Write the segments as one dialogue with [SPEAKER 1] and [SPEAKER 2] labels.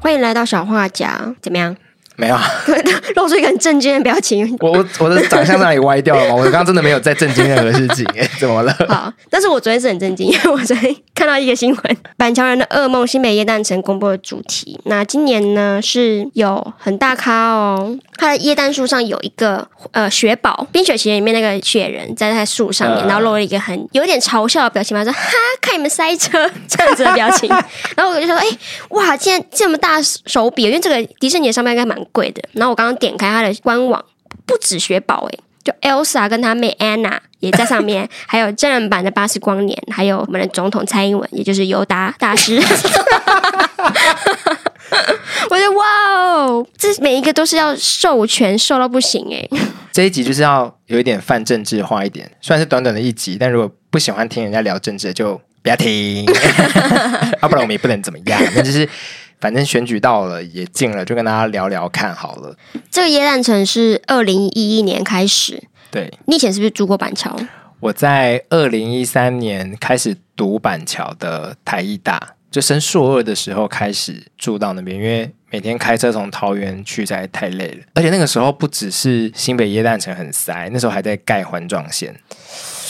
[SPEAKER 1] 欢迎来到小画家，怎么样？
[SPEAKER 2] 没有啊，
[SPEAKER 1] 露出一个很震惊的表情。
[SPEAKER 2] 我我我的长相哪里歪掉了吗？我刚刚真的没有在震惊任何事情、 哎，怎么了？
[SPEAKER 1] 好，但是我昨天是很震惊，因 为我昨天看到一个新闻，板桥人的噩梦新北夜诞城公布的主题。那今年呢是有很大咖哦，它的夜诞树上有一个呃雪宝，《冰雪奇缘》里面那个雪人站在树上面，
[SPEAKER 2] 嗯
[SPEAKER 1] 然后露了一个很有点嘲笑的表情嘛，说哈看你们塞车这样子的表情。然后我就说，哎、哇，竟然这么大手笔，因为这个迪士尼的商标应该蛮贵的。然后我刚刚点开它的官网，不止雪宝哎、就 Elsa 跟她妹 Anna 也在上面，还有真人版的《巴斯光年》，还有我们的总统蔡英文，也就是尤达大师。我觉得哇哦，这每一个都是要授权授到不行哎、
[SPEAKER 2] 这一集就是要有一点泛政治化一点，虽然是短短的一集，但如果不喜欢听人家聊政治的，就不要 听，啊要不然我们也不能怎么样。那就是反正选举到了也近了，就跟大家聊聊看好了。
[SPEAKER 1] 这个耶诞城是二零一一年开始，
[SPEAKER 2] 对，
[SPEAKER 1] 你以前是不是住过板桥？
[SPEAKER 2] 我在二零一三年开始读板桥的台艺大，就升硕二的时候开始住到那边，因为每天开车从桃园去实在太累了，而且那个时候不只是新北耶诞城很塞，那时候还在盖环状线。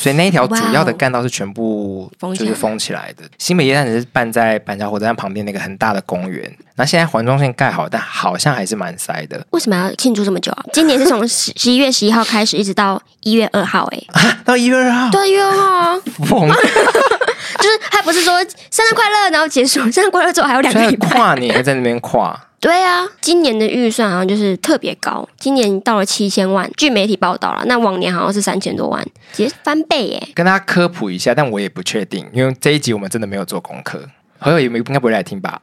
[SPEAKER 2] 所以那一条主要的干道是全部
[SPEAKER 1] 封起
[SPEAKER 2] 就
[SPEAKER 1] 来
[SPEAKER 2] 是封起来的。新北夜站只是办在板桥火车站旁边那个很大的公园，那现在环状线盖好，但好像还是蛮塞的。
[SPEAKER 1] 为什么要庆祝这么久啊？今年是从十十一月十一号开始，一直到一月二号、欸，哎，
[SPEAKER 2] 到一月二号，
[SPEAKER 1] 对，一月二号啊，
[SPEAKER 2] 疯了！
[SPEAKER 1] 就是他不是说生日快乐，然后结束，生日快乐之后还有两
[SPEAKER 2] 所
[SPEAKER 1] 个
[SPEAKER 2] 以
[SPEAKER 1] 礼拜，
[SPEAKER 2] 跨年也在那边跨。
[SPEAKER 1] 对啊，今年的预算好像就是特别高，今年到了七千万，据媒体报道了，那往年好像是三千多万，直接翻倍耶、
[SPEAKER 2] 跟大家科普一下，但我也不确定，因为这一集我们真的没有做功课。好友也没应该不会来听吧？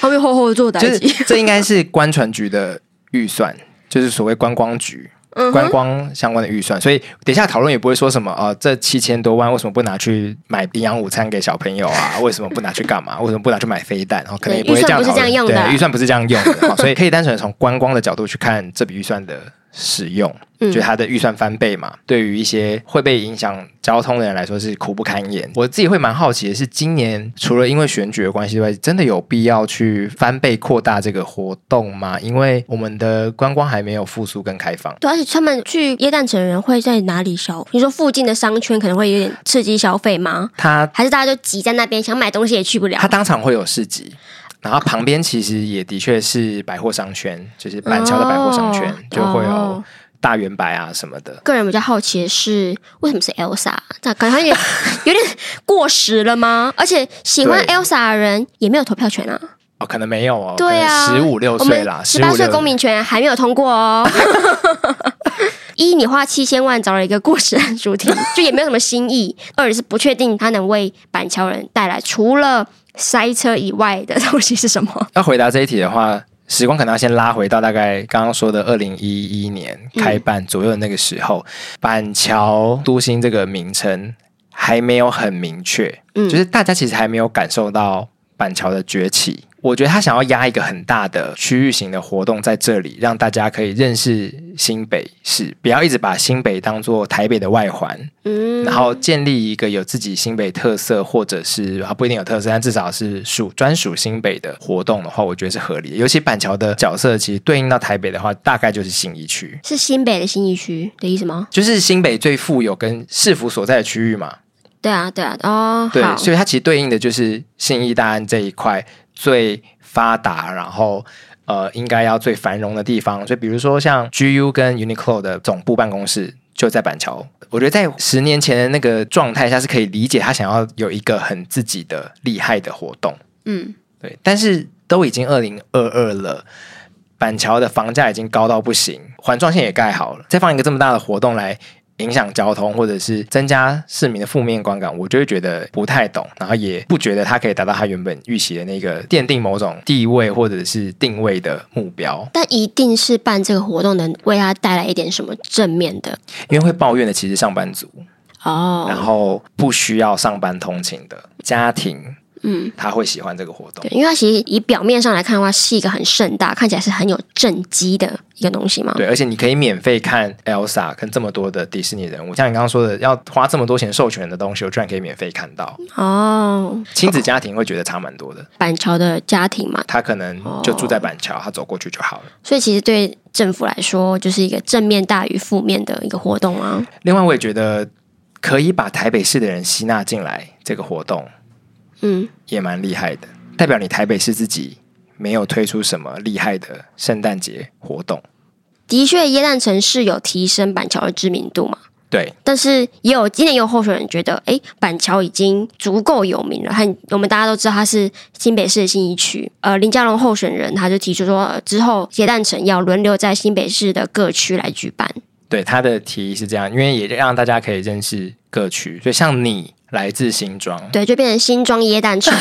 [SPEAKER 1] 后面厚厚的做代
[SPEAKER 2] 就是这应该是观船局的预算， 就是所谓观光局。
[SPEAKER 1] 嗯
[SPEAKER 2] 观光相关的预算，所以等一下讨论也不会说什么哦、呃这七千多万为什么不拿去买营养午餐给小朋友 啊？为什么不拿去干嘛？为什么不拿去买飞弹？然、哦后可能也
[SPEAKER 1] 对
[SPEAKER 2] 不会
[SPEAKER 1] 预
[SPEAKER 2] 这
[SPEAKER 1] 算不
[SPEAKER 2] 样
[SPEAKER 1] 是
[SPEAKER 2] 讨论
[SPEAKER 1] 这样用的啊
[SPEAKER 2] 对，预算不是这样用的，哦好所以可以单纯从观光的角度去看这笔预算的使用，
[SPEAKER 1] 嗯
[SPEAKER 2] 就是它的预算翻倍嘛。对于一些会被影响交通的人来说是苦不堪言。我自己会蛮好奇的是，今年除了因为选举的关系之外，真的有必要去翻倍扩大这个活动吗？因为我们的观光还没有复苏跟开放。
[SPEAKER 1] 对，而且他们去耶诞城的人会在哪里消？你说附近的商圈可能会有点刺激消费吗？
[SPEAKER 2] 它
[SPEAKER 1] 还是大家就挤在那边，想买东西也去不了
[SPEAKER 2] 它？当场会有市集，然后旁边其实也的确是百货商圈，就是板桥的百货商圈、
[SPEAKER 1] 哦
[SPEAKER 2] 就会有
[SPEAKER 1] 哦
[SPEAKER 2] 大圆白啊什么的。
[SPEAKER 1] 个人比较好奇的是，为什么是 Elsa？这样感觉有点 有点过时了吗？而且喜欢
[SPEAKER 2] 对
[SPEAKER 1] Elsa 的人也没有投票权啊。
[SPEAKER 2] 哦，可能没有哦，
[SPEAKER 1] 对啊，
[SPEAKER 2] 十五六岁啦，
[SPEAKER 1] 十八
[SPEAKER 2] 15
[SPEAKER 1] 岁
[SPEAKER 2] 六
[SPEAKER 1] 公民权还没有通过哦。 一，你花七千万找了一个过时烂主题，就也没有什么新意；二是不确定它能为板桥人带来除了塞车以外的东西是什么。
[SPEAKER 2] 要回答这一题的话，时光可能要先拉回到大概刚刚说的二零一一年开办左右的那个时候，嗯板桥都心这个名称还没有很明确，
[SPEAKER 1] 嗯
[SPEAKER 2] 就是大家其实还没有感受到板桥的崛起。我觉得他想要压一个很大的区域型的活动在这里，让大家可以认识新北市，不要一直把新北当做台北的外环，
[SPEAKER 1] 嗯
[SPEAKER 2] 然后建立一个有自己新北特色，或者是啊不一定有特色，但至少是属专属新北的活动的话，我觉得是合理的。尤其板桥的角色，其实对应到台北的话，大概就是信义区，
[SPEAKER 1] 是新北的新义区的意思吗？
[SPEAKER 2] 就是新北最富有跟市府所在的区域嘛。
[SPEAKER 1] 对啊，对啊，哦，
[SPEAKER 2] 对
[SPEAKER 1] 好，，
[SPEAKER 2] 所以它其实对应的就是信义大安这一块最发达，然后。呃，应该要最繁荣的地方，所以比如说像 GU 跟 Uniqlo 的总部办公室就在板桥。我觉得在十年前的那个状态下，是可以理解他想要有一个很自己的厉害的活动。
[SPEAKER 1] 嗯，
[SPEAKER 2] 对，但是都已经二零二二了，板桥的房价已经高到不行，环状线也盖好了，再放一个这么大的活动来影响交通，或者是增加市民的负面观感，我就会觉得不太懂，然后也不觉得它可以达到它原本预期的那个奠定某种地位或者是定位的目标，
[SPEAKER 1] 但一定是办这个活动能为他带来一点什么正面的
[SPEAKER 2] 因为会抱怨的其实上班族，然
[SPEAKER 1] 哦。
[SPEAKER 2] 后不需要上班通勤的家庭。
[SPEAKER 1] 嗯，
[SPEAKER 2] 他会喜欢这个活动
[SPEAKER 1] 对。，因为它其实以表面上来看的话，是一个很盛大，看起来是很有政绩的一个东西嘛。
[SPEAKER 2] 对，而且你可以免费看 Elsa 跟这么多的迪士尼人物，像你刚刚说的，要花这么多钱授权的东西，我居然可以免费看到，
[SPEAKER 1] 哦，
[SPEAKER 2] 亲子家庭会觉得差蛮多的。
[SPEAKER 1] 板桥的家庭嘛，
[SPEAKER 2] 他可能就住在板桥，他走过去就好了。
[SPEAKER 1] 所以其实对政府来说，就是一个正面大于负面的一个活动啊。
[SPEAKER 2] 另外，我也觉得可以把台北市的人吸纳进来这个活动，
[SPEAKER 1] 嗯，
[SPEAKER 2] 也蛮厉害的，代表你台北市自己没有推出什么厉害的圣诞节活动。
[SPEAKER 1] 的确，耶诞城市有提升板桥的知名度嘛。
[SPEAKER 2] 对，
[SPEAKER 1] 但是也有今年也有候选人觉得，哎，板桥已经足够有名了。和我们大家都知道它是新北市的新一区。呃，林佳龙候选人他就提出说，呃之后耶诞城要轮流在新北市的各区来举办。
[SPEAKER 2] 对，他的提议是这样，因为也让大家可以认识各区，所以像你来自新庄。
[SPEAKER 1] 对，就变成新庄椰蛋城，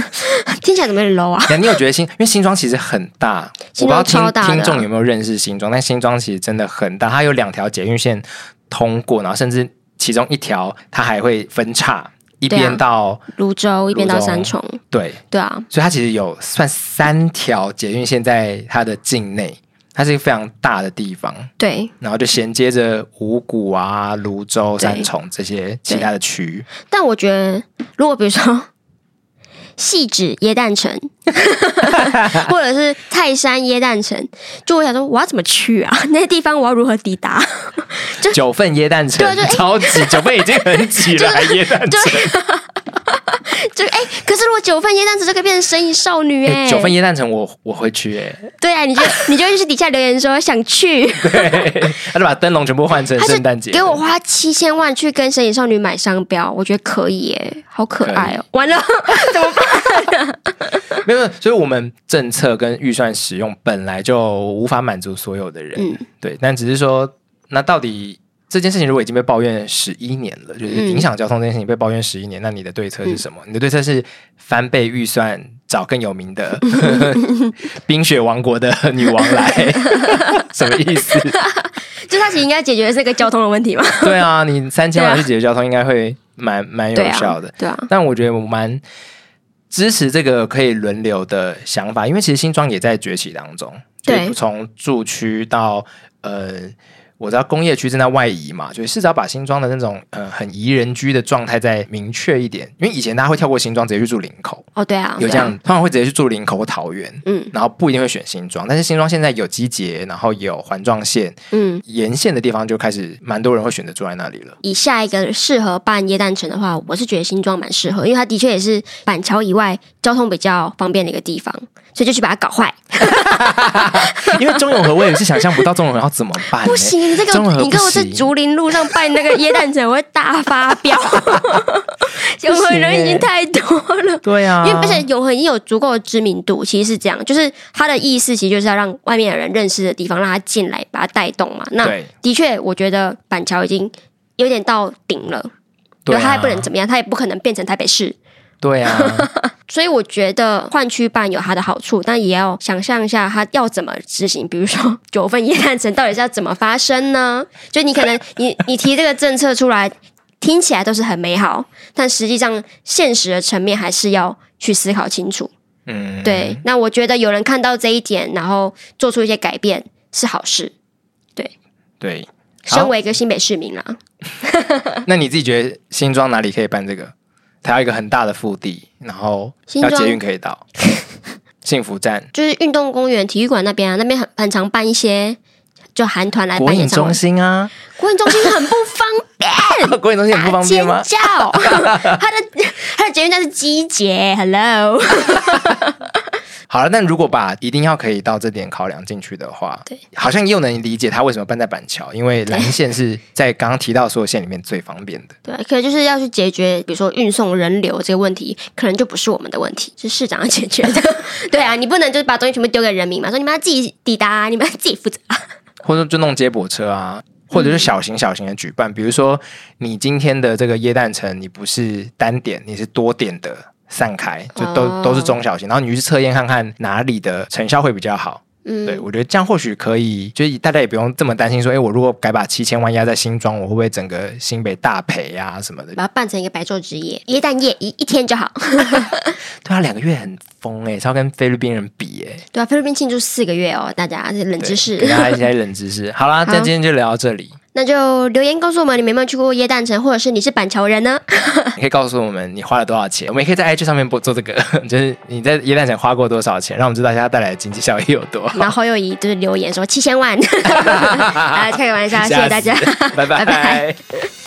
[SPEAKER 1] 听起来怎么有点 low 啊？
[SPEAKER 2] 那你有觉得新？因为新庄其实很大，
[SPEAKER 1] 新庄
[SPEAKER 2] 我不知
[SPEAKER 1] 超
[SPEAKER 2] 道
[SPEAKER 1] 大
[SPEAKER 2] 听
[SPEAKER 1] 的啊
[SPEAKER 2] 听众有没有认识新庄，但新庄其实真的很大，它有两条捷运线通过，然后甚至其中一条它还会分叉，一
[SPEAKER 1] 对啊
[SPEAKER 2] 边到
[SPEAKER 1] 泸州一边到
[SPEAKER 2] 泸州啊
[SPEAKER 1] 三重，
[SPEAKER 2] 对
[SPEAKER 1] 对啊，
[SPEAKER 2] 所以它其实有算三条捷运线在它的境内，它是一个非常大的地方，
[SPEAKER 1] 对。
[SPEAKER 2] 然后就衔接着五谷啊、泸州、
[SPEAKER 1] 对
[SPEAKER 2] 三重这些其他的区域。
[SPEAKER 1] 但我觉得，如果比如说 细指椰蛋 城， 或者是泰山椰蛋城，就我想说，我要怎么去啊？ 那些地方我要如何抵达？
[SPEAKER 2] 九份椰蛋城
[SPEAKER 1] 对就
[SPEAKER 2] 超级，九份已经很挤了，还 椰蛋城。
[SPEAKER 1] 就哎、可是如果九份椰蛋城就可以变成神隐少女哎、
[SPEAKER 2] 欸九份椰蛋城我，我会去哎、
[SPEAKER 1] 对啊， 你就你就会去底下留言说想去，
[SPEAKER 2] 对， 他就把灯笼全部换成
[SPEAKER 1] 他是
[SPEAKER 2] 圣诞节的，
[SPEAKER 1] 给我花七千万去跟神隐少女买商标，我觉得可以哎、好可爱哦、完了，
[SPEAKER 2] 没有，没有所以我们政策跟预算使用本来就无法满足所有的人，
[SPEAKER 1] 嗯
[SPEAKER 2] 对，但只是说，那到底这件事情如果已经被抱怨十一年了，就是
[SPEAKER 1] 嗯
[SPEAKER 2] 影响交通这件事情被抱怨十一年，那你的对策是什么？你的对策是翻倍预算找更有 名的冰雪王国的女王来， 什么意思？
[SPEAKER 1] 就他其实应该解决这个交通的问题嘛。
[SPEAKER 2] 对啊，你三千万
[SPEAKER 1] 对啊
[SPEAKER 2] 去解决交通，应该会蛮蛮有
[SPEAKER 1] 对啊
[SPEAKER 2] 效的。
[SPEAKER 1] 对啊，
[SPEAKER 2] 但我觉得我蛮支持这个可以轮流的想法，因为其实新庄也在崛起当中，
[SPEAKER 1] 对
[SPEAKER 2] 就是从住区到呃。我知道工业区正在外移嘛，就是至少把新庄的那种呃很宜人居的状态再明确一点，因为以前大家会跳过新庄直接去住林口，
[SPEAKER 1] 哦对啊，
[SPEAKER 2] 有这
[SPEAKER 1] 对啊
[SPEAKER 2] 样，通常会直接去住林口或桃园，
[SPEAKER 1] 嗯
[SPEAKER 2] 然后不一定会选新庄，但是新庄现在有机捷，然后有环状线，
[SPEAKER 1] 嗯，
[SPEAKER 2] 沿线的地方就开始蛮多人会选择住在那里了。
[SPEAKER 1] 以下一个适合办椰蛋城的话，我是觉得新庄蛮适合，因为它的确也是板桥以外交通比较方便的一个地方，所以就去把它搞坏。
[SPEAKER 2] 因为中永和我也是想象不到中永和要怎么办、欸，
[SPEAKER 1] 不行， 你这
[SPEAKER 2] 中和
[SPEAKER 1] 个你跟我在
[SPEAKER 2] 不行
[SPEAKER 1] 竹林路上办那个椰蛋城，我会大发 飙。永和人已经太多了。
[SPEAKER 2] 对啊，
[SPEAKER 1] 因为而且永和已经有足够的知名度，其实是这样，就是它的意思其实就是要让外面的人认识的地方，让他进来把它带动嘛。那
[SPEAKER 2] 对
[SPEAKER 1] 的确，我觉得板桥已经有点到顶了，
[SPEAKER 2] 对啊
[SPEAKER 1] 它还不能怎么样，它也不可能变成台北市，
[SPEAKER 2] 对啊，
[SPEAKER 1] 所以我觉得换区办有它的好处，但也要想象一下它要怎么执行。比如说九份夜诞城到底是要怎么发生呢？ 就你可能你你提这个政策出来，听起来都是很美好，但实际上现实的层面还是要去思考清楚。
[SPEAKER 2] 嗯，
[SPEAKER 1] 对，那我觉得有人看到这一点，然后做出一些改变是好事。
[SPEAKER 2] 对。好
[SPEAKER 1] 身为一个新北市民啊啦，
[SPEAKER 2] 那你自己觉得新庄哪里可以办这个？它有一个很大的腹地，然后
[SPEAKER 1] 新
[SPEAKER 2] 要
[SPEAKER 1] 庄
[SPEAKER 2] 捷运可 以到，幸福站、
[SPEAKER 1] 就是运动公园、体育馆那边啊，那边很很常办一些。就韩团来
[SPEAKER 2] 国
[SPEAKER 1] 办
[SPEAKER 2] 影
[SPEAKER 1] 演唱会
[SPEAKER 2] 中，心啊，
[SPEAKER 1] 国影中心很不方
[SPEAKER 2] 国影中心很不方便吗？
[SPEAKER 1] 尖叫！ 他的他的捷运站是机捷，Hello。
[SPEAKER 2] 好了，但如果把一定要可以到这点考量进去的话，
[SPEAKER 1] 对，
[SPEAKER 2] 好像又能理解它为什么办在板桥，因为蓝线是在刚刚提到所有线里面最方便的。
[SPEAKER 1] 对，啊可能就是要去解决，比如说运送人流这个问题，可能就不是我们的问题，是市长要解决 的。对啊，你不能就是把东西全部丢给人民嘛，说你们要自己抵达、你们要自己负责。
[SPEAKER 2] 或者就弄接驳车啊，或
[SPEAKER 1] 嗯
[SPEAKER 2] 者是小型小型的举办，比如说你今天的这个椰蛋城，你不是单点，你是多点的散开，就都、
[SPEAKER 1] 哦
[SPEAKER 2] 都是中小型，然后你去测验看看哪里的成效会比较好。
[SPEAKER 1] 嗯
[SPEAKER 2] 对，我觉得这样或许可以，就是大家也不用这么担心说，哎，我如果改把七千万压在新庄，我会不会整个新北大赔啊什么的？
[SPEAKER 1] 把它办成一个白昼之夜，耶诞夜一一天就 好。
[SPEAKER 2] 对啊，两个月很疯哎、欸，超跟菲律宾人比哎、
[SPEAKER 1] 对啊，菲律宾庆祝四个月哦，大家这冷
[SPEAKER 2] 对
[SPEAKER 1] 知
[SPEAKER 2] 给
[SPEAKER 1] 识。
[SPEAKER 2] 大家一些冷知识。好啦，
[SPEAKER 1] 好
[SPEAKER 2] 那今天就聊到这里。
[SPEAKER 1] 那就留言告诉我们，你们有没有去过耶诞城，或者是你是板桥人 呢？
[SPEAKER 2] 你可以告诉我们你花了多少钱，我们也可以在 IG 上面播做这个， 就是你在耶诞城花过多少钱，让我们知道一下它带来的经济效益有多。
[SPEAKER 1] 然后侯友谊 就是留言说七千万，啊，开个玩笑，谢谢大家，
[SPEAKER 2] 吓死拜
[SPEAKER 1] 拜拜
[SPEAKER 2] 拜